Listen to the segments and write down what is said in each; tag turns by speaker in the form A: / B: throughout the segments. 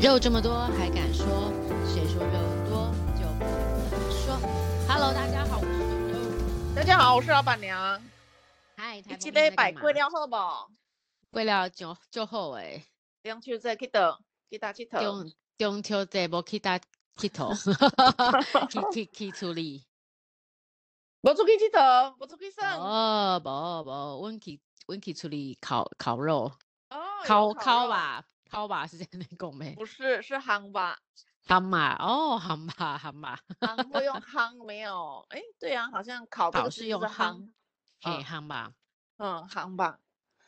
A: 肉这么多还敢说？谁说肉多就不能说？Hello，大家好，我是肉肉。
B: 大家好，我是老板娘。
A: 嗨，台
B: 一
A: 风
B: 起
A: 天
B: 来
A: 在
B: 摆
A: 干嘛
B: 过，了好不好？
A: 过了就就好诶，
B: 两手在去倒，去打去倒。
A: 中中秋节无去搭去 头，去去去处理。
B: 无出去佚佗，无出去耍。哦，
A: 哦，无无，阮去阮去处理烤烤肉，
B: 哦有
A: 烤
B: 烤
A: 烤
B: 肉？啊
A: 吧，烤吧是这样讲咩？
B: 不是，是夯吧？
A: 蛤蟆哦，蛤蟆蛤蟆，
B: 夯会用夯没有？哎，对啊，好像烤这
A: 烤
B: 个
A: 是
B: 字就
A: 用夯
B: 夯。
A: 嘿
B: 嗯
A: 蛤蟆。
B: 嗯，夯吧。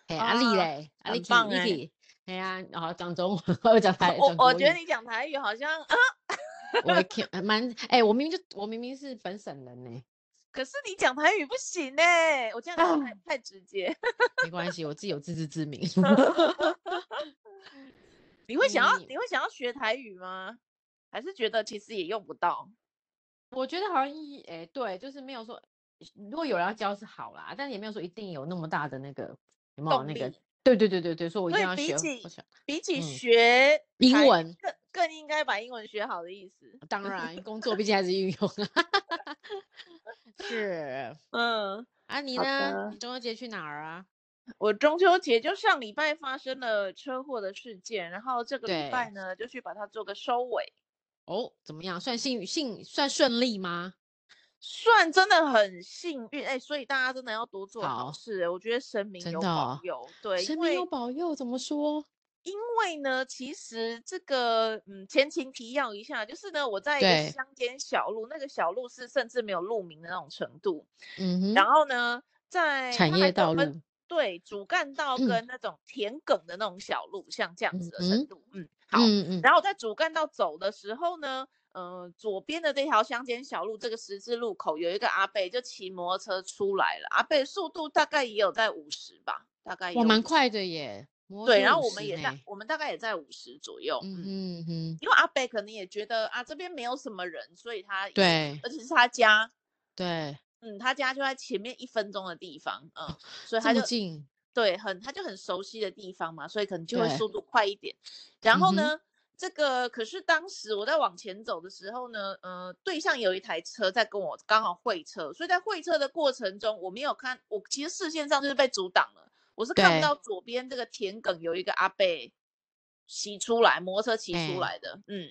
A: 哎，阿丽
B: 啊
A: 嘞，阿
B: 很
A: 丽去，
B: 棒欸
A: 你去，哎呀，然后讲中文， 我讲台，讲
B: 我我
A: 国
B: 觉得
A: 语
B: 你讲台语好像 啊，
A: 我也听蛮，哎，我明明就我明明是本省人呢，
B: 可是你讲台语不行呢。我这样讲
A: 啊
B: 太太直接。
A: 没关系，我自己有自知之明。
B: 你会想要
A: 你
B: 你会想要学台语吗？还是觉得其实也用不到？
A: 我觉得好像一，哎，对，就是没有说，如果有人要教是好啦，但也没有说一定有那么大的那个，有没有
B: 动
A: 那个
B: 力？
A: 对对对对对，说我一
B: 所
A: 定
B: 以
A: 要学，
B: 比起
A: 我想
B: 比起
A: 嗯
B: 学
A: 英
B: 台语
A: 文，
B: 更更应该把英文学好的意思。
A: 当然工作毕竟还是运用，啊 是
B: 嗯，
A: 啊，你
B: 好
A: 呢？
B: 的
A: 你中秋节去哪儿啊？
B: 我中秋节就上礼拜发生了车祸的事件，然后这个礼拜
A: 对
B: 呢就去把它做个收尾，
A: 哦，怎么样？算幸幸算顺利吗？
B: 算真的很幸运哎，所以大家真的要多做好
A: 好
B: 事，我觉得神明
A: 真
B: 有
A: 的
B: 保
A: 哦
B: 佑，对，
A: 神
B: 因
A: 明
B: 为
A: 有保佑，怎么说？
B: 因为呢，其实这个嗯，前情提要一下，就是呢，我在一
A: 对
B: 个乡间小路，那个小路是甚至没有路名的那种程度，
A: 嗯哼，
B: 然后呢，在
A: 产
B: 它还
A: 业
B: 是有
A: 道
B: 分
A: 路，
B: 对，主干道
A: 嗯
B: 跟那种田埂的那种小路，像这样子的
A: 嗯
B: 程度。嗯，好。
A: 嗯嗯，
B: 然后在主干道走的时候呢，呃，左边的这条乡间小路这个十字路口有一个阿贝就骑摩托车出来了，阿贝速度大概也有在五十吧，大概也
A: 哇，
B: 有
A: 蛮
B: 50。
A: 快的哦耶，摩
B: 对，
A: 托
B: 然后我
A: 50
B: 们也在
A: 呢，
B: 我们大概也在五十左右。
A: 嗯
B: 嗯。
A: 哼嗯哼，
B: 因为阿贝可能也觉得啊，这边没有什么人，所以他也，
A: 对
B: 而且是他家，
A: 对，
B: 嗯，他家就在前面一分钟的地方，嗯，所以他
A: 这么
B: 就
A: 近，
B: 对，很他就很熟悉的地方嘛，所以可能就会
A: 对
B: 速度快一点。然
A: 嗯
B: 后
A: 哼
B: 呢，这个可是当时我在往前走的时候呢，呃，对向有一台车在跟我刚好会车，所以在会车的过程中，我没有看，我其实视线上就是被阻挡了，我是看
A: 对
B: 不到左边这个田埂有一个阿贝骑出来，摩托车骑
A: 哎
B: 出来的，嗯，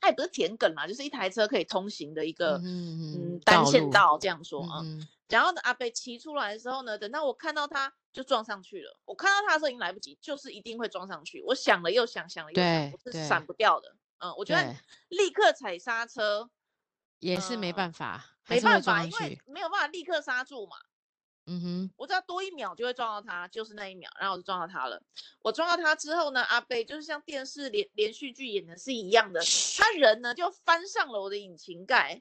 B: 它也不是田埂啦，就是一台车可以通行的一个
A: 嗯哼
B: 嗯单线
A: 路，
B: 道这样说
A: 嗯
B: 啊。
A: 哼，
B: 然后呢，阿贝骑出来的时候呢，等到我看到他就撞上去了。我看到他的时候已经来不及，就是一定会撞上去。我想了又想，想了又想，
A: 对
B: 我
A: 对
B: 是闪不掉的。嗯，我觉得
A: 对，
B: 立刻踩刹车
A: 也是没
B: 呃
A: 办法，还
B: 没
A: 是会
B: 办
A: 撞
B: 法，因
A: 上
B: 为
A: 去，
B: 没有办法立刻刹住嘛。
A: 嗯哼，
B: 我只要多一秒就会撞到他，就是那一秒，然后我就撞到他了。我撞到他之后呢，阿贝就是像电视连连续剧演的是一样的，他人呢就翻上了我的引擎盖，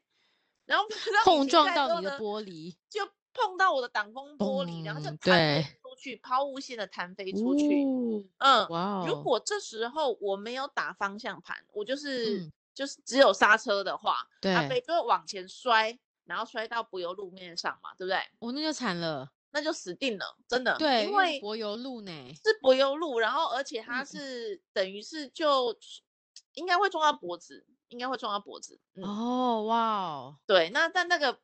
B: 然后翻上引
A: 碰
B: 擎
A: 撞
B: 盖之
A: 到
B: 后
A: 你的
B: 呢
A: 玻璃，
B: 就碰到我的挡风玻璃，然后就
A: 嘣
B: 弹飞
A: 嗯对
B: 出去，抛物线的弹飞出去。
A: 哦，
B: 嗯，
A: 哇哦，
B: 如果这时候我没有打方向盘，我就是、
A: 嗯
B: 就是只有刹车的话，阿
A: 对
B: 贝，就会往前摔，然后摔到柏油路面上嘛，对不对？
A: 我那就惨了，
B: 那就死定了，真的。
A: 对，
B: 因
A: 因为
B: 为
A: 是柏油路呢，
B: 是柏油路，然后而且它
A: 嗯
B: 是、等于是就应该会撞到脖子，应该会撞到脖子。嗯，
A: 哦，哇哦。
B: 对，那但那个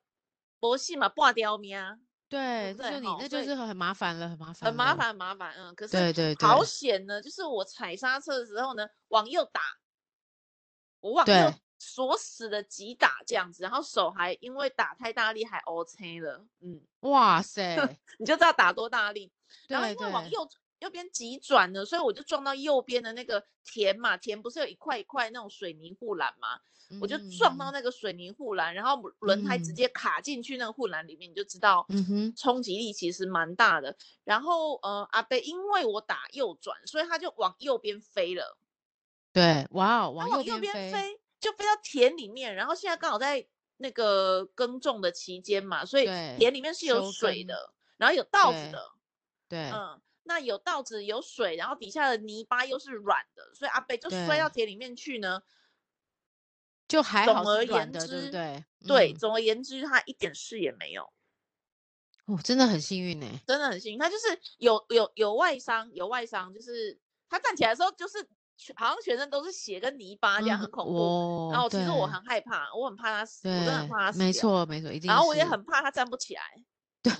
B: 脖系嘛，挂掉咪啊。
A: 对，
B: 不
A: 这
B: 对
A: 就你
B: 吼
A: 那
B: 所
A: 就
B: 以
A: 是很很麻烦了，很麻烦，
B: 很麻。烦，很麻烦，嗯。可是
A: 对对对
B: 好险呢，就是我踩刹车的时候呢，往右打，我往右
A: 对
B: 锁死的急打这样子，然后手还因为打太大力还 O C 了，嗯，
A: 哇塞，
B: 你就知道打多大力。然后
A: 对
B: 因为往
A: 对，
B: 右右边急转呢，所以我就撞到右边的那个田嘛，田不是有一块一块那种水泥护栏嘛，我就撞到
A: 嗯
B: 那个水泥护栏，然后轮胎直
A: 嗯
B: 接卡进去那个护栏里面，你就知道
A: 嗯哼，
B: 冲击力其实蛮大的。然后呃，阿贝因为我打右转，所以他就往右边飞了，
A: 对，哇哦，
B: 他
A: 往
B: 往
A: 右
B: 边
A: 边，
B: 飞就飞到田里面，然后现在刚好在那个耕种的期间嘛，所以
A: 对
B: 田里面是有
A: 收
B: 水
A: 耕
B: 的，然后有稻子
A: 对
B: 的。
A: 对，
B: 嗯，那有稻子有水，然后底下的泥巴又是软的，所以阿贝就摔到田里面去呢。
A: 就还
B: 总
A: 好
B: 而
A: 是软
B: 言
A: 的，对不
B: 之
A: 对？
B: 对，
A: 嗯，
B: 总而言之，他一点事也没有，
A: 哦，真的很幸运呢。
B: 真的很幸运。他就是有有有外伤，有外伤，就是他站起来的时候就是全好像全身都是血跟泥巴这样，很恐怖。
A: 怖
B: 然后其实我
A: 嗯哦对
B: 很害怕，我很怕他死，我真的很怕他
A: 对，
B: 死。
A: 没。错没错，一定。
B: 然后我也很，怕他站不起来。 对，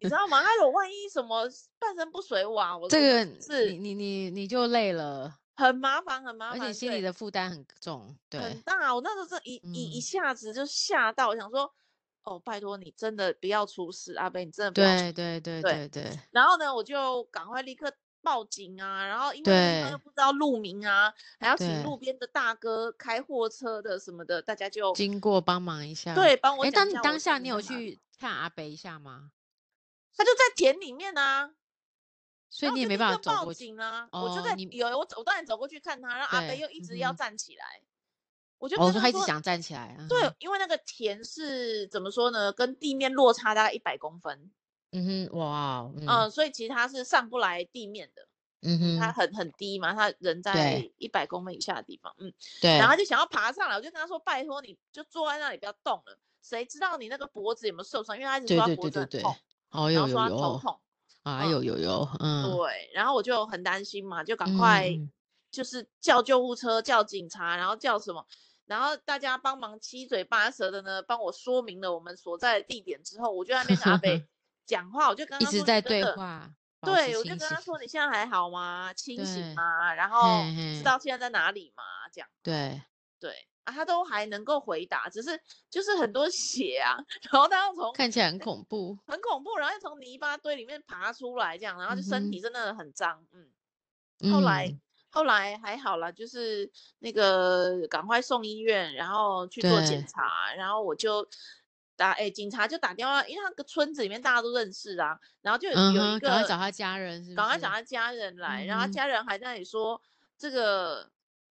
B: 你知道吗？他有万一什么半身不遂哇，我
A: 这
B: 真
A: 个
B: 的是
A: 你你你你就累了，
B: 很麻烦，很麻
A: 而
B: 烦，
A: 且心
B: 对
A: 里的负担很重，
B: 很
A: 对，
B: 大。我那时候真一一一
A: 嗯
B: 下子就吓到，我想说，哦，拜托你真的不要出事，阿贝，你真的不要出
A: 对对对
B: 对
A: 对对
B: 然后呢，我就赶快立刻报警啊，然后因为那地方又
A: 对
B: 不知道路名啊，还要请
A: 对
B: 路边的大哥开货车的什么的，大家就
A: 经过帮忙一下。
B: 对，帮我
A: 哎，
B: 讲
A: 当
B: 一
A: 你
B: 下我
A: 当
B: 的
A: 下你
B: 地在
A: 有
B: 哪里，
A: 去看阿北一下吗？
B: 他就在田里面啊，
A: 所以
B: 然后
A: 你也
B: 我就
A: 没
B: 立
A: 办
B: 刻
A: 法走
B: 报
A: 过去。
B: 警啊，我就
A: 哦
B: 在
A: 你
B: 有我我当然走过去看他，然后阿
A: 对
B: 北又一直
A: 嗯
B: 要
A: 哼
B: 站起来，我就
A: 哦，我
B: 跟
A: 说
B: 他
A: 他一直
B: 说，
A: 想站起来，嗯
B: 对
A: 哼，
B: 因为那个田是怎么说呢，跟地面落差大概一百公分，
A: 嗯哼，哇哦，
B: 嗯、
A: 嗯
B: 所以其实他是上不来地面的。嗯，
A: 嗯
B: 他
A: 哼，
B: 很很低嘛，他人在
A: 对
B: 一百公分以下的地方，嗯，
A: 对，
B: 然后他就想要爬上来，我就跟他说，拜托你就坐在那里不要动了，谁知道你那个脖子有没有受伤？因为他一直
A: 对
B: 说他
A: 对对
B: 脖子
A: 对
B: 很
A: 对
B: 痛，，
A: 哦
B: 然
A: 有
B: 后
A: 有
B: 说他头
A: 有
B: 痛，
A: 啊
B: 嗯
A: 有有有，嗯
B: 对，然后我就很担心嘛，就赶快
A: 嗯
B: 就是叫救护车、叫警察，然后叫什么，然后大家帮忙七嘴八舌的呢，帮我说明了我们所在的地点之后，我就在那边跟 阿北讲话，我就跟
A: 一
B: 他
A: 直
B: 说，
A: 在
B: 你真
A: 对
B: 的。
A: 话，保持
B: 对，我就
A: 清
B: 跟
A: 醒
B: 他说你现在还好吗？清醒
A: 对
B: 吗？然后
A: 嘿
B: 知
A: 嘿
B: 道现在在哪里吗？这样
A: 对，
B: 对啊，他都还能够回答，只是就是很多血啊，然后他要从
A: 看起来很恐怖，
B: 很恐怖，然后又从泥巴堆里面爬出来这样，然后就身
A: 嗯哼
B: 体真的很脏，嗯，后来
A: 嗯，
B: 后来还好啦，就是那个赶快送医院，然后去做检
A: 对
B: 查，然后我就打哎、警察就打电话，因为那个村子里面大家都认识啊，然后就有
A: 嗯
B: 有一
A: 哼，赶快
B: 个
A: 找他家人，是不
B: 赶快找
A: 是？
B: 他家人来，然后他
A: 嗯
B: 家人还在那里说这个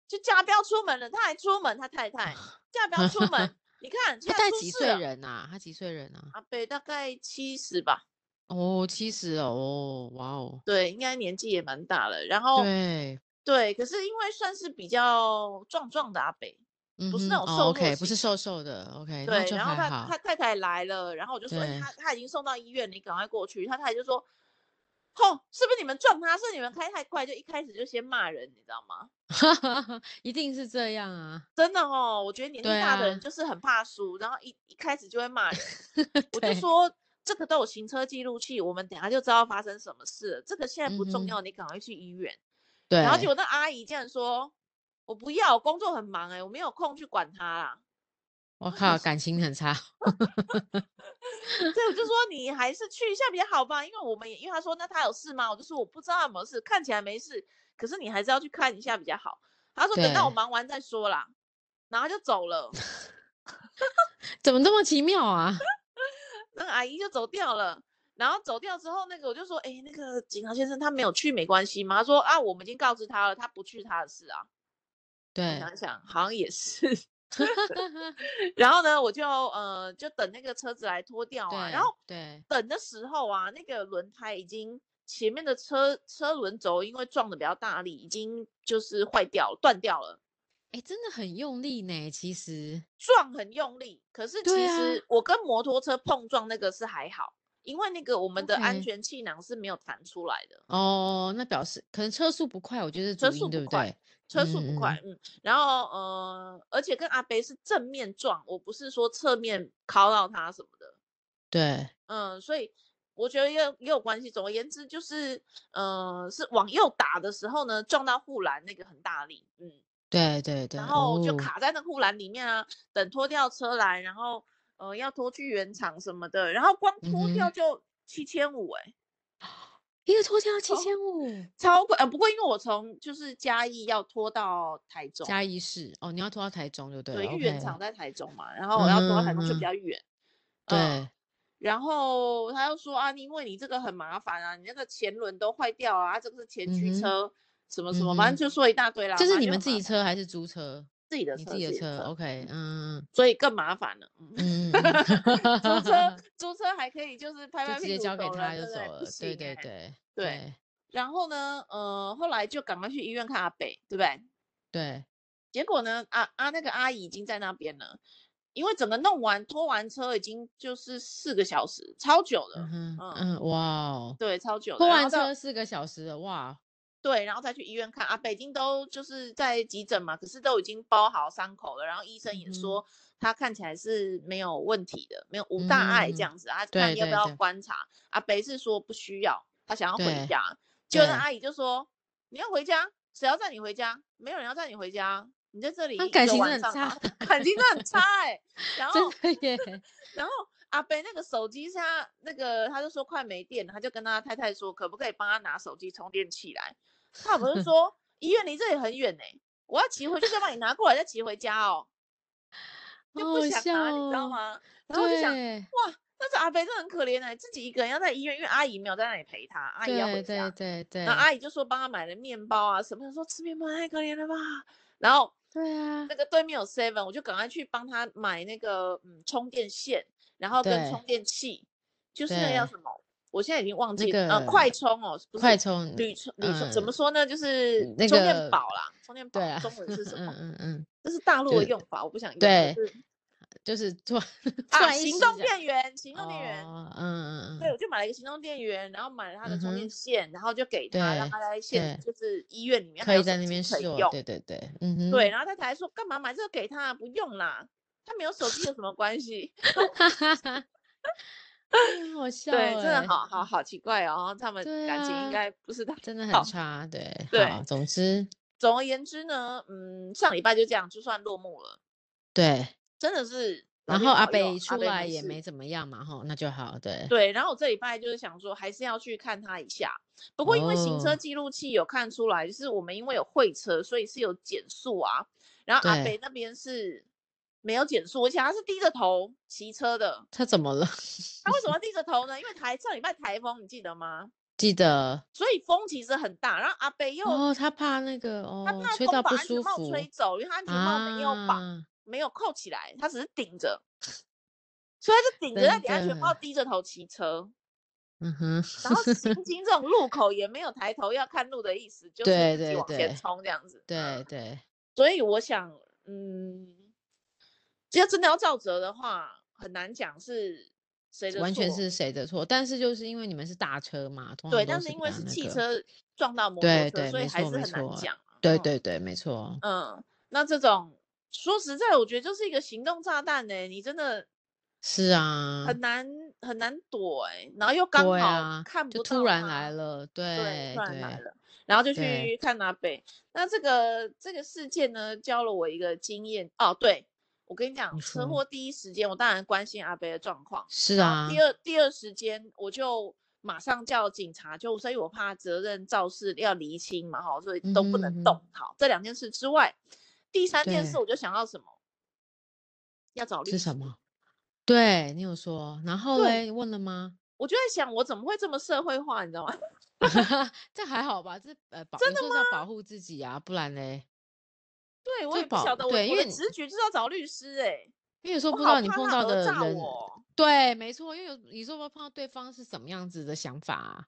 B: 就叫他不要出门了，他还出门，他 太太叫他不要出门，你看现
A: 他大
B: 在
A: 概
B: 出
A: 几
B: 事
A: 岁
B: 了，
A: 人啊？他几岁人啊？
B: 阿北大概七十吧，
A: 哦，七十哦，哇哦，
B: 对，应该年纪也蛮大了，然后。
A: 对，
B: 对，可是因为算是比较壮壮的阿北，
A: 嗯
B: 不是
A: 哼，
B: 那种
A: 哦
B: 瘦弱
A: ，OK，不
B: 型
A: 是
B: 的
A: 瘦瘦的，OK，那
B: 对，
A: 就
B: 然后
A: 还
B: 他
A: 好
B: 他，太太来了，然后我就说，哎、
A: 对
B: 他他已经送到医院，你赶快过去。他太太就说，吼，是不是你们撞他？是你们开太快，就一开始就先骂人，你知道吗？
A: 一定是这样啊，
B: 真的哦，我觉得年纪
A: 对
B: 大的人
A: 啊
B: 就是很怕输，然后一一开始就会骂 人。我就
A: 对
B: 说这个都有行车记录器，我们等下就知道发生什么事了。这个现在不
A: 嗯
B: 重
A: 哼
B: 要，你赶快去医院。
A: 对，
B: 然后结果那阿姨竟然说，我不要，我工作很忙哎、我没有空去管他啦。
A: 我靠，感情很差，
B: 所以我 就说你还是去一下比较好吧，因为我们也因为他说那他有事吗？我就说我不知道有没有事，看起来没事，可是你还是要去看一下比较好。他说等到我
A: 对
B: 忙完再说啦，然后他就走了，
A: 怎么这么奇妙啊？
B: 那个阿姨就走掉了。然后走掉之后，那个我就说，哎、那个警察先生他没有去没关系吗？他说啊，我们已经告知他了，他不去他的事啊。我
A: 对，
B: 想一想，好像也是。 然后呢，我就呃就等那个车子来拖掉啊，
A: 对
B: 然后
A: 对
B: 等的时候啊，那个轮胎已经前面的车车轮轴因为撞的比较大力，已经就是坏掉了断掉了，
A: 哎，真的很用力呢，其实，
B: 撞很用力。可是其
A: 对啊
B: 实我跟摩托车碰撞那个是还好，因为那个我们的安
A: OK
B: 全气囊是没有弹出来的。
A: 哦，那表示可能车速不快，我觉得是
B: 车
A: 主因，
B: 速不
A: 对不
B: 快
A: 对？
B: 车速不
A: 嗯
B: 快，嗯，然后呃，而且跟阿北是正面撞，我不是说侧面敲到他什么的，
A: 对，
B: 嗯，所以我觉得也有也有关系。总而言之，就是呃，是往右打的时候呢，撞到护栏那个很大力，嗯，
A: 对对对，
B: 然后就
A: 哦，
B: 卡在那护栏里面啊，等拖吊车来，然后呃要拖去原厂什么的，然后光
A: 嗯
B: 拖吊
A: 哼，
B: 就七千五，哎，
A: 一个拖吊七
B: 哦
A: 千五，
B: 超贵，呃，不过因为我从就是嘉义要拖到台中，
A: 加一市，哦，你要拖到台中就对
B: 对，
A: 了
B: 因为原
A: ，OK，
B: 厂在台中嘛，然后我
A: 嗯
B: 要拖到
A: 哼
B: 台
A: 嗯
B: 中就比
A: 哼，
B: 较远，嗯，
A: 对，
B: 然后他又说啊，因为你这个很麻烦啊，你那个前轮都坏掉啊，啊这个是前驱
A: 嗯哼，
B: 车，什么什
A: 嗯
B: 么，反正
A: 哼，
B: 就说一大堆啦，
A: 这是
B: 啊反正
A: 你
B: 就
A: 们
B: 很
A: 自
B: 麻
A: 己
B: 烦，
A: 车还是租车？
B: 自己的
A: 你自
B: 车，
A: 己的
B: 自己的
A: 车
B: 车，
A: ，OK，嗯
B: 所以更麻烦了，嗯。
A: 嗯嗯
B: 租 车
A: 嗯，
B: 租车还可以，就是拍
A: 就
B: 拍
A: 直
B: 屁
A: 接
B: 股
A: 交给
B: 走人，
A: 他就
B: 对
A: 走
B: 不对？不
A: 了，对
B: 行哎、
A: 对对
B: 对。
A: 对
B: 然后呢，呃，后来就赶快去医院看阿北，对不对？
A: 对，
B: 结果呢，啊啊，那个阿姨已经在那边了，因为整个弄完拖完车已经就是四个小时，超久
A: 嗯
B: 了，
A: 哼，
B: 嗯，
A: 嗯，哇哦，
B: 对，超久
A: 拖
B: 的。然后
A: 完
B: 到
A: 车四个小时了，哇，
B: 对，然后再去医院看啊，北京都就是在急诊嘛，可是都已经包好伤口了，然后医生也
A: 嗯哼
B: 说他看起来是没有问题的，没有无大碍
A: 嗯
B: 这样子，啊，
A: 对
B: 看要
A: 对
B: 不要
A: 对
B: 观察。啊，北是说不需要，他想要回
A: 对
B: 家，就那
A: 对
B: 阿姨就说你要回家，谁要载你回家？没有人要载你回家，啊你在这里
A: 那
B: 一
A: 感
B: 个
A: 情
B: 晚
A: 真的
B: 上
A: 很
B: 吧，感情真的很差哎、 然后
A: 真的 耶，
B: 然后阿北那个手机是他那个，他就说快没电了，他就跟他太太说，可不可以帮他拿手机充电器来？他老 婆就说医院离这里很远呢、我要骑回去再帮你拿过来，再骑回家哦，就
A: 好
B: 不
A: 好
B: 想
A: 笑
B: 拿，你知道
A: 哦
B: 吗？然后我就想，
A: 对
B: 但是阿北真的很可怜哎、自己一个人要在医院，因为阿姨没有在那里陪他，阿姨要回
A: 对对
B: 家，
A: 对对，
B: 然后阿姨就说帮他买了面包啊什么的，说吃面包太可怜了吧，然后。
A: 对啊
B: 那，个对面有 Seven，我就赶快去帮他买那个嗯充电线，然后跟
A: 对
B: 充电器，就是那个叫
A: 对
B: 什么？我现在已经忘
A: 那
B: 记了呃快
A: 个
B: 充哦，不是
A: 快充
B: 铝充铝充怎
A: 嗯
B: 么说呢？就是
A: 那
B: 充电
A: 个
B: 宝啦，充电宝
A: 对啊，
B: 中文是什么？
A: 嗯嗯嗯，
B: 这是大陆
A: 就
B: 的
A: 是
B: 用法，我不想用。
A: 对
B: 就是
A: 就是 做
B: 啊，行动电源，行
A: 行
B: 动电源。
A: 哦、嗯嗯
B: 对，
A: 嗯，
B: 我就买了一个行动电源，然后买了他的充
A: 嗯
B: 电
A: 哼
B: 线，然后就给他，让
A: 对
B: 他在现
A: 对
B: 就是医院里面
A: 嗯
B: 还
A: 可
B: 有
A: 以在
B: 手
A: 那
B: 机
A: 边
B: 可以
A: 秀，
B: 用。
A: 对对对，嗯哼，
B: 对，，然后太太还说干嘛买这个给他啊？不用啦，他没有手机有什么关 系？
A: 哎好笑、
B: 对，
A: 欸，
B: 真的好好好奇怪哦，他们
A: 对
B: 感情应
A: 啊
B: 该不是太
A: 真的
B: 好
A: 很差，对，
B: 对
A: 好，总之，
B: 总而言之呢，嗯，上礼拜就这样就算落幕了，
A: 对，
B: 真的是老
A: 然
B: 天
A: 后
B: 保
A: 阿
B: 佑
A: 北出来也
B: 事
A: 没怎么样嘛，吼，那就好，对，
B: 对，然后我这礼拜就是想说，还是要去看他一下。不过因为行车
A: 哦
B: 记录器有看出来，就是我们因为有会车，所以是有减速啊。然后阿
A: 对
B: 北那边是没有减速，而且他是低着头骑车的。
A: 他怎么了？
B: 他为什么要低着头呢？因为台上礼拜台风，你记得吗？
A: 记得
B: 所以风其实很大。然后阿北又、
A: 哦，他怕那个
B: 他
A: 哦，
B: 怕
A: 吹
B: 风
A: 到
B: 把
A: 不
B: 安全
A: 舒
B: 帽
A: 服
B: 吹走，因为他安全帽没有绑，
A: 啊，
B: 没有扣起来，他只是顶着，所以他就顶着那
A: 真
B: 顶安全帽，
A: 的
B: 低着头骑车。
A: 嗯哼，
B: 然后 行经这种路口也没有抬头要看路的意思，就是
A: 对
B: 自己
A: 对
B: 往前
A: 对
B: 冲这样子。
A: 对对，
B: 所以我想，嗯，要真的要照责的话，很难讲是谁的
A: 完全
B: 错
A: 是谁的错？但是就是因为你们是大车嘛，通
B: 对，
A: 常
B: 但
A: 都
B: 是
A: 是
B: 因
A: 比
B: 为
A: 较
B: 是
A: 那
B: 汽
A: 个
B: 车撞到摩托
A: 对
B: 车，
A: 对
B: 所以
A: 没
B: 还
A: 错
B: 是
A: 没
B: 很难
A: 错
B: 讲啊。
A: 对
B: 嗯
A: 对对，没错，
B: 嗯，那这种说实在，我觉得就是一个行动炸弹呢、欸你真的
A: 是啊，
B: 很难很难躲哎、然后又刚
A: 对
B: 好
A: 啊，
B: 看
A: 就
B: 不到
A: 突然来
B: 他
A: 了，
B: 对，
A: 对
B: 突然来
A: 对，
B: 了，然后就
A: 对
B: 去看阿北。那这个这个事件呢，教了我一个经验哦。对，我跟你讲，
A: 你
B: 车
A: 说
B: 祸第一时间我当然关心阿北的状况，
A: 是
B: 然
A: 啊
B: 后第，二第二时间我就马上叫警察，就所以我怕责任肇事要厘清嘛，哈，所以都不能
A: 嗯哼嗯哼
B: 动。好，这两件事之外，第三件事
A: 对
B: 我就想到什么，要找律
A: 是什
B: 师。
A: 么？对你有说，然后
B: 对
A: 嘞，你问了 吗？
B: 我就在想，我怎么会这么社会化，你知道吗？
A: 这还好吧，这呃保，你说是要保护自己啊，不然嘞，
B: 对我
A: 这
B: 也不晓
A: 保
B: 得，我
A: 对因
B: 我的
A: 为你
B: 直觉就是要找律师、哎。
A: 因为有时候
B: 我
A: 不知
B: 好
A: 道你
B: 怕
A: 碰
B: 他
A: 到
B: 讹
A: 的
B: 诈
A: 人，
B: 我。
A: 对，没错，因为有你说不碰到对方是什么样子的想法啊，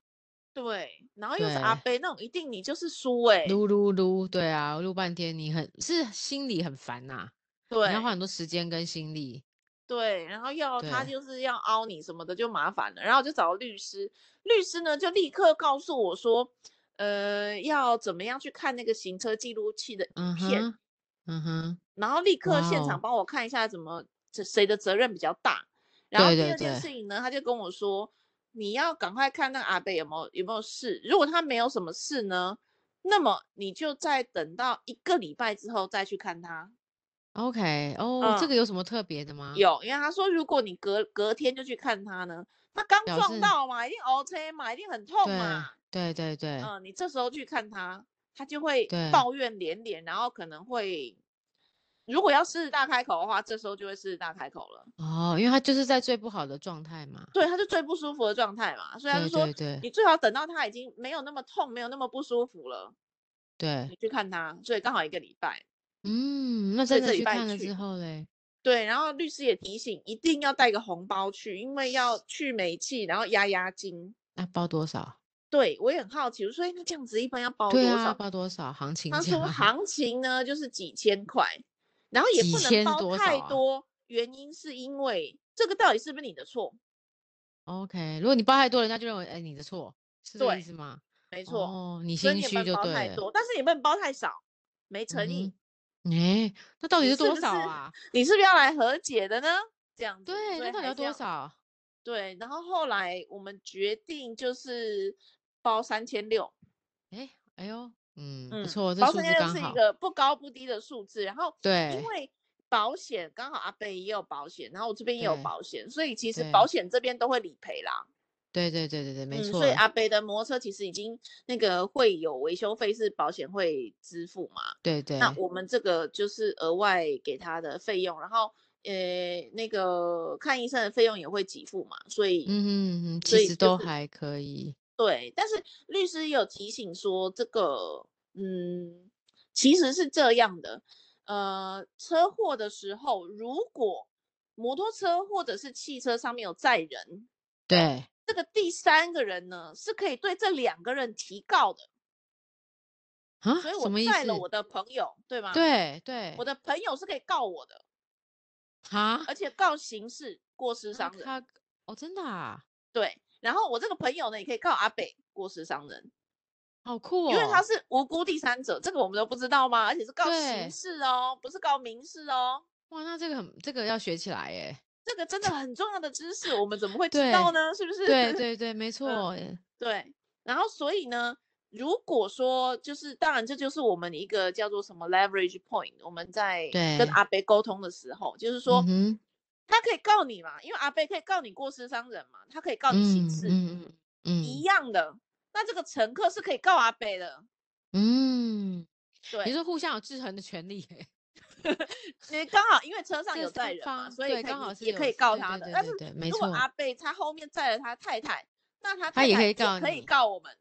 B: 对，然后又是阿
A: 对
B: 贝那种，一定你就是输哎、
A: 撸撸撸，对啊，撸半天，你很是心里很烦呐、你要花
B: 对
A: 很多时间跟心力，
B: 对，然后要他
A: 对
B: 就是要凹你什么的就麻烦了，然后我就找律师，律师呢就立刻告诉我说，呃，要怎么样去看那个行车记录器的影
A: 嗯
B: 片，
A: 哼，嗯哼，
B: 然后立刻
A: 哇
B: 现场
A: 哦
B: 帮我看一下怎么这谁的责任比较大，然后
A: 对
B: 第
A: 对
B: 二件
A: 对
B: 事情呢，他就跟我说，你要赶快看那个阿贝有没有有没有事，如果他没有什么事呢，那么你就再等到一个礼拜之后再去看他。
A: ，OK，哦，这
B: 嗯，
A: 个有什么特别的吗？
B: 有，因为他说如果你隔隔天就去看他呢，他刚
A: 表
B: 撞
A: 示
B: 到嘛，一定 OK 嘛，一定很痛
A: 对
B: 嘛。
A: 对对对
B: 嗯，你这时候去看他，他就会
A: 对，
B: 抱怨连连，然后可能会，如果要狮子大开口的话，这时候就会狮子大开口了。
A: 哦，因为他就是在最不好的状态嘛，
B: 对，他是最不舒服的状态嘛，所以他就
A: 对
B: 说，
A: 对对
B: 你最好等到他已经没有那么痛，没有那么不舒服了，
A: 对，
B: 你去看他。所以刚好一个礼拜，
A: 嗯，那
B: 所以
A: 真
B: 这
A: 的
B: 礼
A: 去
B: 拜
A: 看了之
B: 去。
A: 后嘞，
B: 对，然后律师也提醒，一定要带个红包去，因为要去煤气，然后压压惊。
A: 那包多少？
B: 对我也很好奇，我说，哎，那这样子一般要包
A: 对
B: 多
A: 啊，
B: 少？
A: 包多少？行情
B: 他说
A: 价
B: 行情呢就是几千块，然后也
A: 啊几
B: 不能
A: 千是
B: 包
A: 多少
B: 太
A: 啊
B: 多，原因是因为这个到底是不是你的错？
A: ？OK，如果你包太多，人家就认为哎你的错，是这个意
B: 对，
A: 思吗？
B: 没
A: 没
B: 错，
A: 哦，你
B: 所以
A: 心
B: 你
A: 虚
B: 们
A: 就
B: 包
A: 对
B: 太
A: 了。
B: 多，但是你不能包太少，没诚意。
A: 嗯哼。哎、那到底
B: 你
A: 是
B: 是
A: 多
B: 不
A: 少
B: 是
A: 啊？
B: 你是不是要来和解的呢？这样子，
A: 对，
B: 所
A: 那
B: 以
A: 到底
B: 还
A: 要
B: 是
A: 多？少？
B: 对，然后后来我们决定就是包三千六，
A: 哎、哎呦，嗯，
B: 嗯，
A: 不错，这
B: 包
A: 数
B: 三
A: 字
B: 千六
A: 刚
B: 是一
A: 好。
B: 个不高不低的数字。然后因
A: 对
B: 为保险刚好阿贝也有保险，然后我这边也有
A: 对
B: 保险，所以其实
A: 对
B: 保险这边都会理赔啦。
A: 对对对对对，没
B: 嗯，
A: 错。
B: 所以阿贝的摩托车其实已经那个会有维修费是保险会支付嘛，
A: 对
B: 那
A: 对
B: 我们这个就是额外给他的费用，然后呃那个看医生的费用也会给付嘛，所以、
A: 嗯嗯嗯，
B: 所
A: 其
B: 以
A: 实
B: 就
A: 都
B: 是
A: 还可以。
B: 对，但是律师也有提醒说这个嗯其实是这样的，呃车祸的时候如果摩托车或者是汽车上面有载人，
A: 对，
B: 这个第三个人呢是可以对这两个人提告的，
A: 啊，
B: 所以
A: 什
B: 我
A: 么意
B: 载了
A: 思？
B: 我的朋友，对吗？，
A: 对对
B: 我，的朋友是可以告我的。
A: 哈，
B: 而且告刑事过失
A: 那
B: 伤人。
A: 他哦，真的啊，
B: 对，然后我这个朋友呢，也可以告阿北过失伤人，
A: 好酷
B: 因为他
A: 哦。
B: 是无辜第三者，这个我们都不知道吗？而且是告
A: 对
B: 刑事哦，不是告民事哦。
A: 哇，那这个很，这个要学起来耶。
B: 这个真的很重要的知识，我们怎么会知
A: 对
B: 道呢？是不是？
A: 对对对，没
B: 嗯，
A: 错耶。
B: 对。然后所以呢，如果说就是，当然这就是我们一个叫做什么 leverage point，我们在跟
A: 对，
B: 阿北沟通的时候，就是
A: 嗯
B: 说
A: 哼，
B: 他可以告你嘛，因为阿北可以告你过失伤人嘛，他可以告你刑
A: 嗯
B: 事，
A: 嗯
B: 一
A: 嗯
B: 样的，那这个乘客是可以告阿北的。
A: 嗯嗯，你
B: 对，
A: 说互相有制衡的权利耶，
B: 因为刚好因为车上
A: 这
B: 有载
A: 三
B: 人嘛，
A: 方
B: 所
A: 对，
B: 以可以
A: 刚
B: 你
A: 好
B: 也
A: 是
B: 可
A: 有，
B: 以告
A: 对
B: 他
A: 对
B: 的。
A: 对
B: 但是
A: 对对，没
B: 如果
A: 错，
B: 阿贝他后面载了他太太，那他
A: 他
B: 太
A: 也可
B: 太
A: 以
B: 也
A: 告
B: 可以
A: 你。
B: 告我们，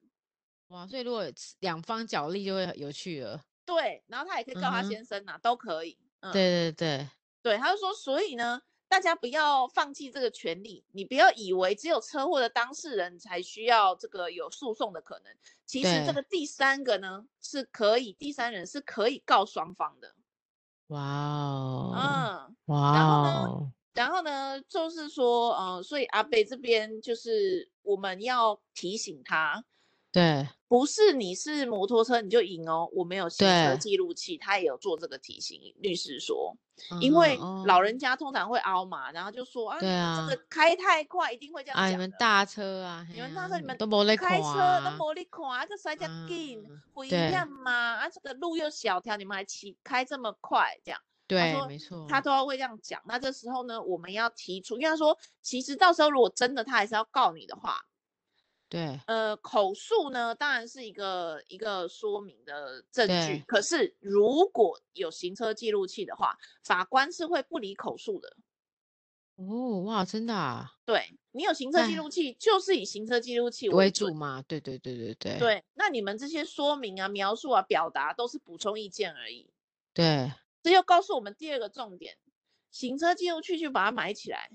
A: 哇，所以如果是两方角力就会很有趣了。
B: 对，然后他也可以
A: 嗯
B: 告他
A: 哼，
B: 先生呐、都可以。嗯，
A: 对对对，
B: 对，他就说，所以呢，大家不要放弃这个权利，你不要以为只有车祸的当事人才需要这个有诉讼的可能，其实这
A: 对，
B: 个第三个呢是可以，第三人是可以告双方的。
A: 哇哦，
B: 嗯，然后
A: 哇
B: 呢，
A: 哦，
B: 然后呢，就是说，嗯，所以阿贝这边就是我们要提醒他，
A: 对
B: 不是你是摩托车你就赢哦，我们有行车
A: 对，
B: 记录器，他也有做这个提醒。律师说，
A: 嗯
B: 因
A: 哼，
B: 为老
A: 哦，
B: 人家通常会凹嘛，然后就说啊，
A: 对
B: 你们这个
A: 啊，
B: 开太快，一定会这样
A: 啊，你
B: 讲
A: 们
B: 的。
A: 大车啊，嘿
B: 你们那
A: 啊，
B: 时候
A: 你
B: 你
A: 们
B: 们
A: 都没在看
B: 开车都
A: 啊，
B: 没力看啊，这塞这紧，
A: 啊，
B: 危
A: 对
B: 险嘛啊，这个路又小条，你们还骑开这么快，这样他
A: 对，
B: 说
A: 没
B: 他
A: 错，
B: 都要会这样讲。那这时候呢，我们要提出，因为他说其实到时候如果真的他还是要告你的话，
A: 对
B: 呃，口述呢当然是一个一个说明的证据，
A: 对，
B: 可是如果有行车记录器的话，法官是会不理口述的。
A: 哦，哇，真的啊，
B: 对你有行车记
A: 哎，
B: 录器，就是以行车记录器为
A: 为
B: 准。
A: 主嘛，对对对对对
B: 对，那你们这些说明啊、描述啊、表达都是补充意见而已。
A: 对，
B: 这又告诉我们第二个重点：行车记录器去把它买起来，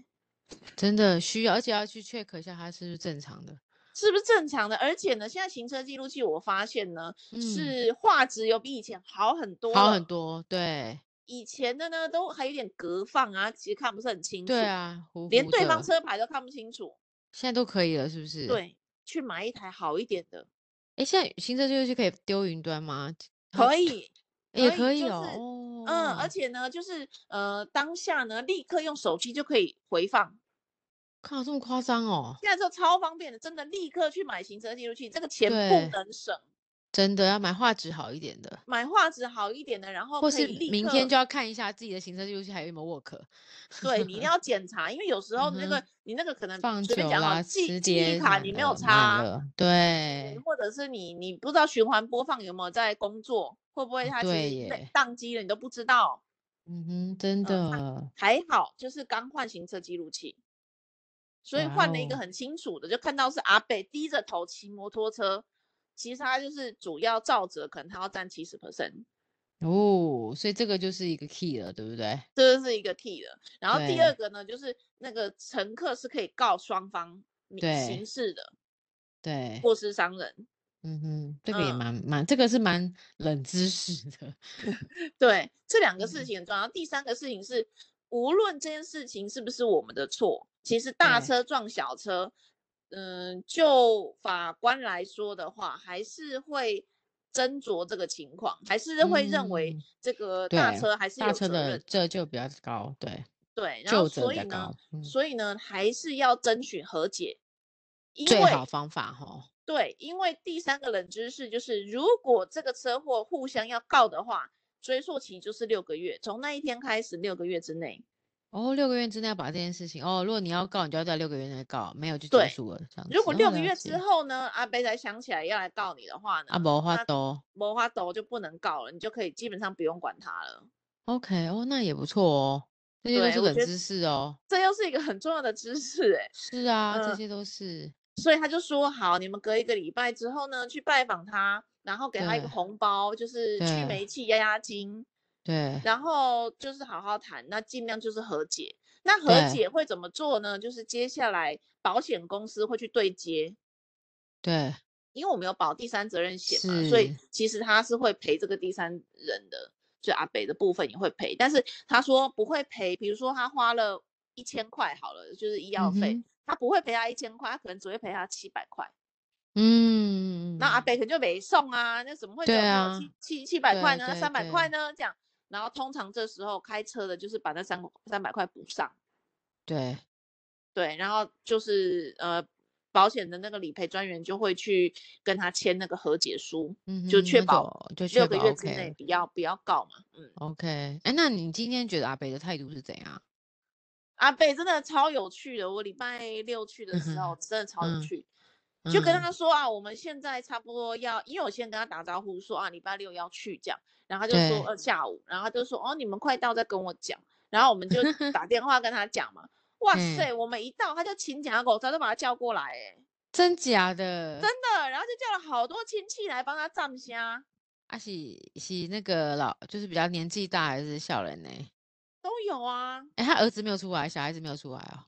A: 真的需要，而且要去 check 一下它是不是正常的，
B: 是不是正常的？而且呢，现在行车记录器我发现呢，
A: 嗯，
B: 是画质有比以前好很多
A: 好很
B: 了。
A: 多，对
B: 以前的呢，都还有点隔放啊，其实看不是很清
A: 对
B: 楚，
A: 啊，糊
B: 连
A: 糊
B: 对方
A: 的，
B: 车牌都看不清楚。
A: 现在都可以了，是不是？
B: 对，去买一台好一点 的，
A: 哎，现在行车记录器可以丢云端吗？它
B: 可以，
A: 也
B: 可以，
A: 可以
B: 就
A: 哦，
B: 是，嗯，而
A: 哦，
B: 且呢，就是呃，当下呢，立刻用手机就可以回放，
A: 靠，这么夸张哦？
B: 现在就超方便的，真的立刻去买行车记录器，这个钱不
A: 对，
B: 能省，
A: 真的要买画质好一点的，
B: 买画质好一点的，然后
A: 或
B: 可
A: 是
B: 以立
A: 明天
B: 刻，
A: 就要看一下自己的行车记录器还有没有 work。
B: 对你一定要检查，因为有时候
A: 嗯
B: 那
A: 哼，
B: 个你那个可能
A: 放
B: 嗯随便
A: 久
B: 讲好，
A: 啦，
B: 记
A: 时
B: 记忆
A: 节
B: 卡
A: 满
B: 你没有
A: 了满
B: 插，
A: 了，哎
B: 嗯，
A: 对
B: 或者是你你不知道循环播放有没有在工作，会不会
A: 啊，
B: 它其
A: 对
B: 实那
A: 耶，
B: 宕机了你都不知道，
A: 嗯哼，真
B: 嗯，
A: 的，
B: 还还好就是刚换行车记录器。所以
A: 哇
B: 换了一个
A: 哦，
B: 很清楚的，就看到是阿北低着头骑摩托车，其实他就是主要照着，可能他要占七十 percent，
A: 哦，所以这个就是一个 key 了，对不对？
B: 这是一个 key 的。然后第二
A: 对
B: 个呢，就是那个乘客是可以告双方民
A: 对
B: 刑事的
A: 对，
B: 过失伤人，
A: 嗯哼，这个也
B: 嗯，
A: 蛮蛮，这个是蛮冷知识的，
B: 对，这两个
A: 嗯，
B: 事情很重要。然后第三个事情是，无论这件事情是不是我们的错，其实大
A: 对
B: 车撞小车。嗯，就法官来说的话，还是会斟酌这个情况，还是会认为
A: 嗯
B: 这个大
A: 对
B: 车还是有
A: 大车
B: 责
A: 的
B: 任，
A: 这就比较高，对，
B: 对，然后
A: 就责
B: 所
A: 比
B: 以
A: 较
B: 呢
A: 高，，嗯
B: 所以呢，还是要争取和解，因
A: 最
B: 为
A: 好方法哈，
B: 对，因为第三个冷知识就是，如果这个车祸互相要告的话，追溯期就是六个月，从那一天开始，六个月之内。
A: 哦，六个月之内要把这件事情，哦，如果你要告，你就要在六个月内告，没有就
B: 对
A: 结束了这样子。
B: 如果
A: 哦
B: 六个
A: 了
B: 月
A: 解
B: 之后呢，阿贝才想起来要来告你的话呢，
A: 啊，无法
B: 那
A: 度
B: 摩花斗就不能告了，你就可以基本上不用管它了。
A: ，OK，哦，那也不错哦，这些都
B: 对
A: 是
B: 我
A: 冷
B: 觉得
A: 知识哦。
B: 这又是一个很重要的知识哎、
A: 是啊，这
B: 嗯
A: 些都是
B: 所以他就说好，你们隔一个礼拜之后呢，去拜访他，然后给他一个
A: 对
B: 红包，就是去
A: 对
B: 煤气压压惊，
A: 对
B: 然后就是好好谈，那尽量就是和解。那和
A: 对
B: 解会怎么做呢？就是接下来保险公司会去对接，
A: 对，
B: 因为我们有保第三责任险嘛，所以
A: 是
B: 其实他是会赔这个第三人的，就阿北的部分也会赔，但是他说不会赔，比如说他花了一千块好了，就是医药
A: 嗯
B: 费，
A: 哼，
B: 他不会赔他一千块，他可能只会赔他七百块，
A: 嗯，
B: 那阿北可能就没送啊，那怎么会只有
A: 对
B: 他有
A: 啊
B: 七七七百块
A: 对
B: 呢？那
A: 对
B: 三百块
A: 对
B: 呢？这样，然后通常这时候开车的就是把那三三百块补上，
A: 对
B: 对，然后就是呃。保险的那个理赔专员就会去跟他签那个和解书，
A: 嗯哼，
B: 就确
A: 那
B: 保
A: 就确
B: 六个
A: 保
B: 月之内
A: OK
B: 不要不要告嘛。嗯，
A: OK，哎，那你今天觉得阿北的态度是怎样？
B: 阿贝真的超有趣的，我礼拜六去的时候真的超有
A: 嗯
B: 趣，就跟
A: 嗯
B: 他说啊，我们现在差不多要，因为我先跟他打招呼说啊，礼拜六要去这样，然后他就说
A: 对
B: 呃下午，然后他就说哦你们快到再跟我讲，然后我们就打电话跟他讲嘛。哇
A: 嗯
B: 塞，我们一到他就请假狗，他就把他叫过来、欸，
A: 真假的，
B: 真的，然后就叫了好多亲戚来帮他站虾，
A: 啊是是那个老，就是比较年纪大还是小人呢？
B: 都有啊。
A: 哎，他儿子没有出来，小孩子没有出来哦。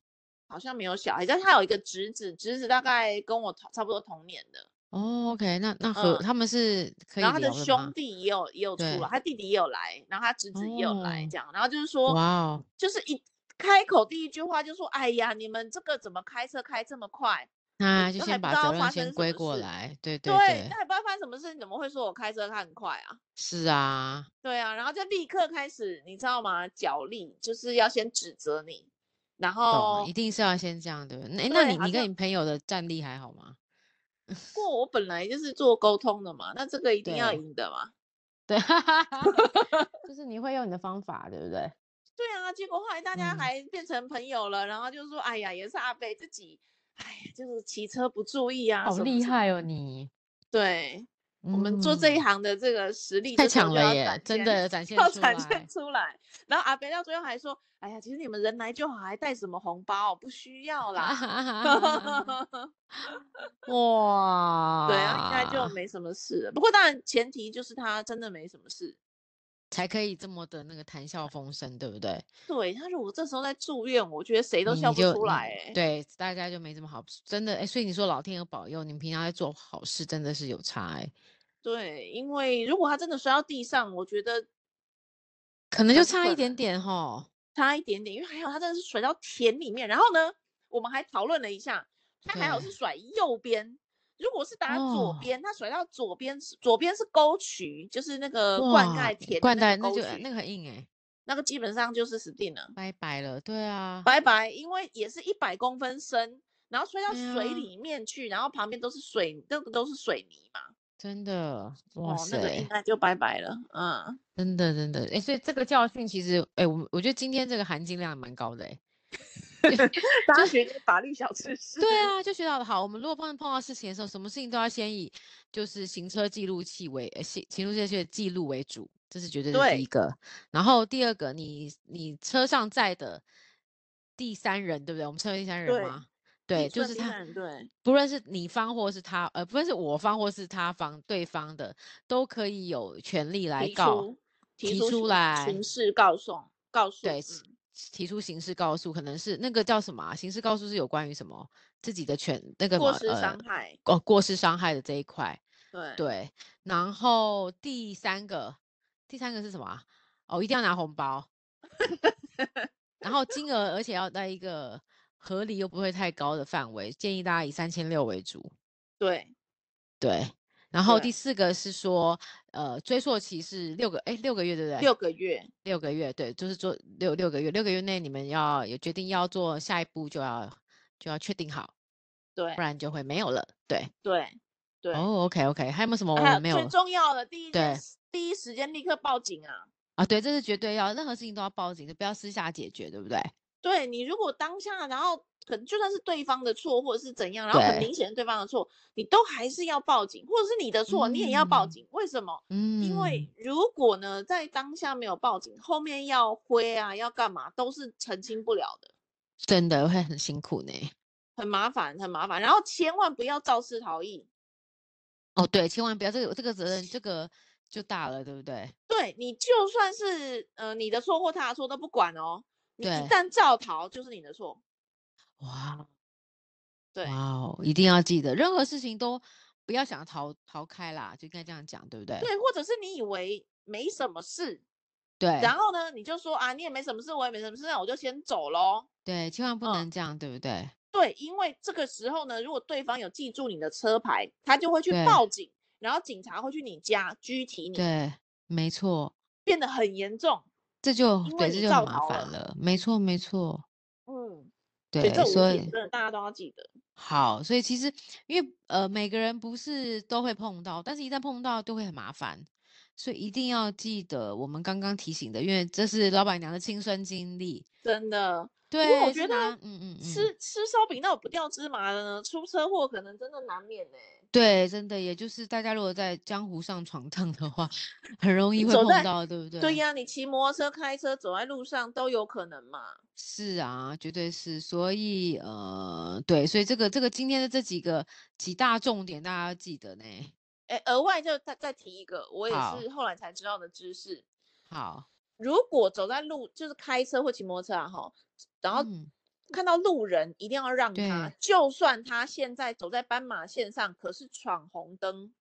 B: 好像没有小孩，但是他有一个侄子，侄子大概跟我同差不多同年的，
A: 哦，OK，那那和
B: 嗯
A: 他们是可以
B: 然后他
A: 聊
B: 的
A: 的
B: 兄
A: 吗？
B: 弟也有也有出
A: 对
B: 来，他弟弟也有来，然后他侄子也有来，
A: 哦
B: 这样，然后就是说，
A: 哇哦，
B: 就是一开口第一句话就说，哎呀，你们这个怎么开车开这么快？
A: 那就
B: 都还
A: 先
B: 呃不
A: 把
B: 知道
A: 责任
B: 发生
A: 先
B: 什
A: 归
B: 么
A: 过
B: 事
A: 来，对对
B: 对，
A: 对
B: 那，还不知道发生什么事，你怎么会说我开车开很快啊？
A: 是啊，
B: 对啊，然后就立刻开始，你知道吗？角力就是要先指责你，然
A: 懂，啊
B: 后
A: 一定是要先这样的。那诶那
B: 哦对
A: 你
B: 好
A: 你
B: 像
A: 跟你朋友的战力还好吗？
B: 不过我本来就是做沟通的嘛，那这个一定要
A: 对
B: 赢的嘛。
A: 对，就是你会用你的方法，对不对？
B: 对啊，结果后来大家
A: 嗯
B: 还变成朋友了，然后就说，哎呀，也是阿北自己，哎呀，就是骑车不注意啊，
A: 好
B: 什么
A: 厉
B: 什么
A: 害哦你！
B: 对我们做这一
A: 嗯
B: 行的这个实力，
A: 太
B: 这时候
A: 强
B: 就
A: 了
B: 要
A: 耶
B: 展，
A: 真
B: 现
A: 的展现
B: 要
A: 出
B: 展现
A: 来。
B: 出来。然后阿北到最后还说，哎呀，其实你们人来就好，还带什么红包，不需 要啦。对啊，应该就
A: 哇，
B: 没什么事了。不过当然前提就是他真的没什么事。
A: 才可以这么的那个谈笑风生，对不对？
B: 对，他如果这时候在住院，我觉得谁都
A: 你
B: 笑
A: 嗯你
B: 不
A: 就
B: 出
A: 你
B: 来、欸。
A: 对大家就没这么好，真的哎、诶所以你说老天有保佑，你们平常在做好事真的是有差哎、
B: 对，因为如果他真的摔到地上，我觉得
A: 可能就
B: 还是
A: 差一
B: 会啦
A: 点点吼。
B: 差一点点，因为还好他真的是甩到田里面。然后呢，我们还讨论了一下，他还好
A: 对
B: 是甩右边，如果是打左
A: 哦
B: 边，他甩到左边是，左边是沟渠，就是那个呃灌
A: 哇
B: 溉，田的
A: 冠带
B: 那
A: 那
B: 个沟
A: 就
B: 渠，
A: 那个很硬哎、
B: 那个基本上就是死定了，
A: 拜拜了，对啊，
B: 拜拜。因为也是一百公分深，然后摔到
A: 对
B: 水
A: 啊
B: 里面去，然后旁边都是水，那个都是水泥嘛，
A: 真的，哇
B: 哦，那个应
A: 塞，
B: 该就拜拜了，嗯。
A: 真的真的哎、诶所以这个教训其实哎、诶我我觉得今天这个含金量蛮高的哎、
B: 大家学一些法律小知识。
A: 对 啊，就学到了好。我们如果碰碰到事情的时候，什么事情都要先以就是行车记录器为呃行行车记录器的记录为主，这是绝对是第
B: 对
A: 一个。然后第二个，你你车上载的第三人，对不对？我们称为第三人
B: 对
A: 吗？
B: 计
A: 对，就
B: 算
A: 是
B: 第
A: 他，
B: 三人对，
A: 不论是你方或是他，呃，不论是我方或是他方，对方的都可以有权利来
B: 提
A: 告，
B: 出提
A: 提出
B: 出刑
A: 来，
B: 刑事告诉告诉，
A: 对，
B: 嗯，
A: 提出刑事告诉，可能是那个叫什么、啊、刑事告诉是有关于什么自己的权那个什么
B: 过失
A: 呃
B: 伤害，
A: 哦过失伤害的这一块，
B: 对
A: 对。然后第三个，第三个是什么、啊？哦，一定要拿红包，然后金额而且要在一个合理又不会太高的范围，建议大家以三千六为主。
B: 对，
A: 对，然后
B: 对
A: 第四个是说，呃，追溯期是六个，哎，六个月对不对？
B: 六个月，
A: 六个月，对，就是做六六个月，六个月内你们要有决定要做下一步，就要就要确定好，
B: 对
A: 不然就会没有了。对，
B: 对对。
A: 哦，OK OK，还有没有什么我
B: 还
A: 们没
B: 有最
A: 有
B: 重要的，第一件
A: 对
B: 事第一时间立刻报警啊！
A: 啊？对，这是绝对要，任何事情都要报警，就不要私下解决，对不对？
B: 对你如果当下，然后可能就算是对方的错或者是怎样，然后很
A: 对
B: 明显是对方的错，你都还是要报警，或者是你的错，你也要报
A: 嗯
B: 警。为什么？
A: 嗯，
B: 因为如果呢，在当下没有报警，后面要挥啊，要干嘛都是澄清不了的，
A: 真的会很辛苦呢。
B: 很麻烦，很麻烦。然后千万不要肇事逃逸，
A: 哦，对，千万不要这个这个责任，这个就大了，对不对？
B: 对你就算是呃你的错或他的错都不管哦，你一
A: 对
B: 旦肇逃就是你的错。
A: 哇，哦
B: 对
A: 哇哦，一定要记得，任何事情都不要想逃逃开啦，就应该这样讲，对不对？
B: 对，或者是你以为没什么事，
A: 对
B: 然后呢，你就说啊，你也没什么事，我也没什么事，那我就先走喽。
A: 对，千万不
B: 嗯
A: 能这样，对不对？
B: 对，因为这个时候呢，如果对方有记住你的车牌，他就会去
A: 对
B: 报警，然后警察会去你家拘提你，
A: 对，没错，
B: 变得很严重。
A: 这就
B: 因
A: 对，
B: 为
A: 这
B: 你
A: 就
B: 造
A: 很麻
B: 谣
A: 烦
B: 了
A: 了，没错，没错，
B: 嗯，所
A: 对
B: 以这，五
A: 所
B: 点
A: 以
B: 真的大家都要记得。
A: 好，所以其实因为呃，每个人不是都会碰到，但是一旦碰到就会很麻烦，所以一定要记得我们刚刚提醒的，因为这是老板娘的亲身经历。
B: 真的，
A: 对，
B: 过我
A: 是
B: 觉得
A: 拿嗯嗯嗯，
B: 吃吃烧饼那种不掉芝麻的呢，出车祸可能真的难免呢、
A: 对，真的，也就是大家如果在江湖上闯荡的话，很容易会
B: 走
A: 碰
B: 在
A: 到，对不对？
B: 对呀、你骑摩托车、开车走在路上都有可能嘛。
A: 是啊，绝对是，所以呃，对，所以这个这个今天的这几个几大重点，大家要记得呢。
B: 哎，额外就再再提一个，我也
A: 好
B: 是后来才知道的知识。
A: 好，
B: 如果走在路，就是开车或骑摩托车啊，哈，然后
A: 嗯，
B: 看到路人一定要让他
A: 对，
B: 就算他现在走在斑马线上，可是闯红灯，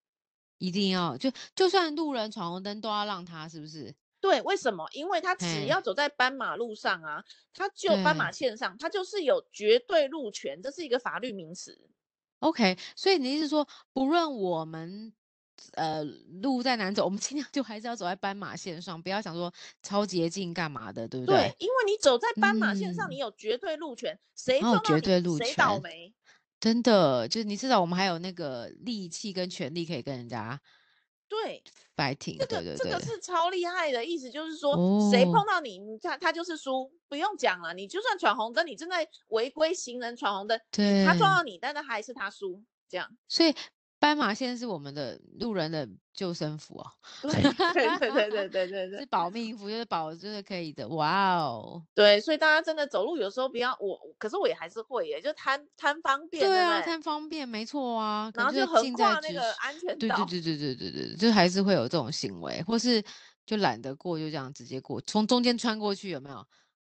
A: 一定要就就算路人闯红灯都要让他，是不是？
B: 对，为什么？因为他
A: 嘿
B: 只要走在斑马路上啊，他就斑马
A: 对
B: 线上，他就是有绝对路权，这是一个法律名词。
A: OK，所以你的意思是说，不论我们呃路再难走，我们尽量就还是要走在斑马线上，不要想说超捷径干嘛的，对不
B: 对
A: 对？，
B: 因为你走在斑马线上，
A: 嗯
B: 你有绝对路权，谁
A: 哦
B: 撞到
A: 绝对
B: 你，
A: 路
B: 谁倒
A: 权
B: 霉。
A: 真的，就是你至少我们还有那个力气跟权力可以跟人家
B: 对，
A: fighting，
B: 这
A: 嗯对
B: 个
A: 对
B: 这
A: 对
B: 个，是超厉害的，意思就是说，谁
A: 哦
B: 碰到你，你他他就是输，不用讲了。你就算闯红灯，你正在违规行人闯红灯，
A: 对，
B: 他撞到你，但是还是他输，这样。
A: 所以斑马线是我们的路人的救生服哦，
B: 对对对对对对对
A: 是
B: 对
A: 保命符，就是保就是可以的。哇哦，
B: 对，所以大家真的走路有时候不要我，可是我也还是会耶，就贪贪方便，
A: 对
B: 对
A: 啊，
B: 不对
A: 贪方便，没错啊，可
B: 然后
A: 能
B: 就是横
A: 近在
B: 跨那
A: 咫
B: 个
A: 尺。
B: 安全
A: 对对
B: 岛。
A: 对对对对对，就还是会有这种行为，或是就懒得过，就这样直接过，从中间穿过去，有没有？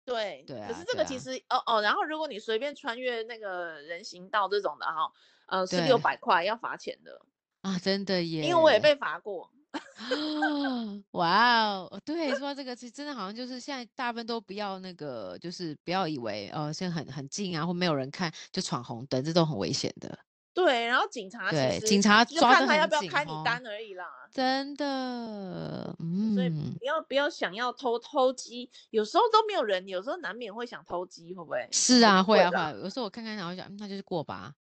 B: 对，
A: 对
B: 可
A: 啊
B: 是这
A: 对
B: 个其
A: 啊
B: 实哦哦，然后如果你随便穿越那个人行道这种的哈，呃，是
A: 对
B: 六百块要罚钱的，
A: 啊，真的耶！
B: 因为我也被罚过。
A: 啊，哇哦，对，说到这个，其实真的好像就是现在大部分都不要那个，就是不要以为哦、呃现在很很近啊，或没有人看就闯红灯，这都很危险的。
B: 对，然后警察啊其
A: 对，
B: 实
A: 警察
B: 就
A: 抓
B: 看
A: 得
B: 他要
A: 很
B: 不要
A: 紧
B: 开你
A: 哦，
B: 单而已啦。
A: 真的，
B: 所以
A: 嗯，
B: 不要不要想要偷偷鸡，有时候都没有人，有时候难免会想偷鸡，会不会？
A: 是
B: 我
A: 啊，
B: 是
A: 会
B: 会
A: 啊，会
B: 的啊
A: 啊。有时候我看看，然后想，嗯，那就是过吧。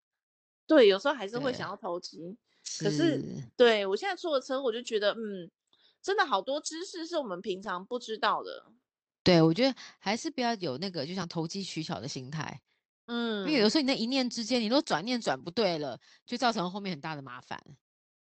B: 对，有时候还是会
A: 对
B: 想要偷鸡。可是
A: 是，
B: 对我现在出了车，我就觉得嗯，真的好多知识是我们平常不知道的。
A: 对，我觉得还是不要有那个就像投机取巧的心态，因为有
B: 嗯，
A: 时候你那一念之间，你都转念转不对了，就造成后面很大的麻烦。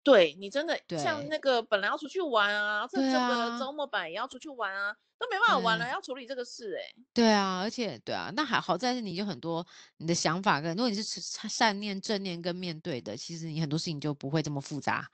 B: 对你真的像
A: 对，
B: 那个本来要出去玩啊，这
A: 对
B: 这个
A: 啊。
B: 周末本来也要出去玩啊，都没办法玩了，
A: 对
B: 要处理这个事哎、
A: 对啊，而且对啊，那还好在是你就很多你的想法跟，如果你是持善善念、正念跟面对的，其实你很多事情就不会这么复杂。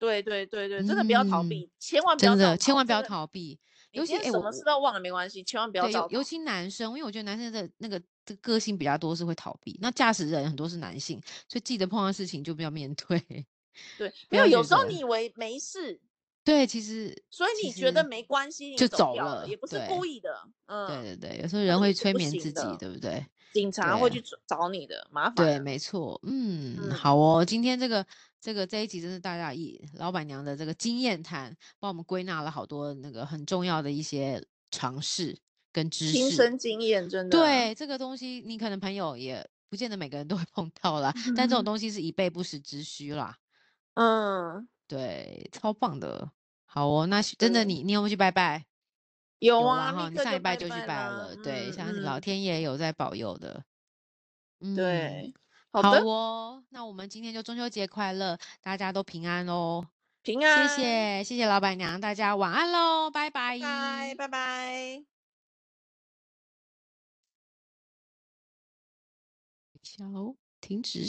B: 对对对对，真的不要逃
A: 嗯，
B: 避，千万不要
A: 真
B: 造
A: 的千
B: 逃，
A: 万不
B: 真
A: 要
B: 的。
A: 逃避，
B: 你
A: 尤
B: 今
A: 其诶，
B: 天什
A: 我
B: 么事
A: 我
B: 都忘了没关系，千万不要
A: 对尤
B: 造
A: 尤
B: 逃。
A: 其男生，因为我觉得男生的那个这个个性比较多是会逃避，那驾驶人很多是男性，所以记得碰到事情就不要面对，
B: 对，
A: 不
B: 没有，
A: 要
B: 有
A: 觉
B: 时候
A: 得
B: 你以为没事，
A: 对，其实
B: 所以
A: 其
B: 你觉得
A: 实
B: 没关系，你
A: 就走
B: 掉
A: 了
B: 也不是
A: 对
B: 故意的，嗯，
A: 对对对，有时候
B: 那
A: 人
B: 你
A: 会
B: 是
A: 催
B: 不
A: 眠
B: 行
A: 自己
B: 的，
A: 对不对？
B: 警察
A: 对
B: 会
A: 啊
B: 去找找你的，麻烦
A: 对，
B: 了，
A: 没错，嗯，
B: 嗯，
A: 好哦，今天这个这个这一集真是大家以老板娘的这个经验谈，帮我们归纳了好多那个很重要的一些常识跟知
B: 亲
A: 识。
B: 身经验真的，
A: 对，这个东西你可能朋友也不见得每个人都会 碰到啦，但 这种东西是以备不时之需啦。
B: 嗯，
A: 对，超棒的。好哦，那是真的
B: 对，
A: 你你有没有去拜拜？
B: 有
A: 有啦
B: 啊，
A: 哈，
B: 立
A: 你
B: 刻
A: 上
B: 就
A: 礼拜
B: 拜
A: 就去
B: 拜
A: 拜
B: 啦，
A: 了，对，
B: 嗯
A: 相信老
B: 嗯，
A: 天爷有在保佑的。嗯，
B: 对，好
A: 好
B: 的，
A: 哦，那我们今天就中秋节快乐，大家都平安哦。
B: 平
A: 谢
B: 安，
A: 谢谢谢老板娘，大家晚安喽，拜
B: 拜
A: 拜。
B: 拜，拜拜。
A: 小停止。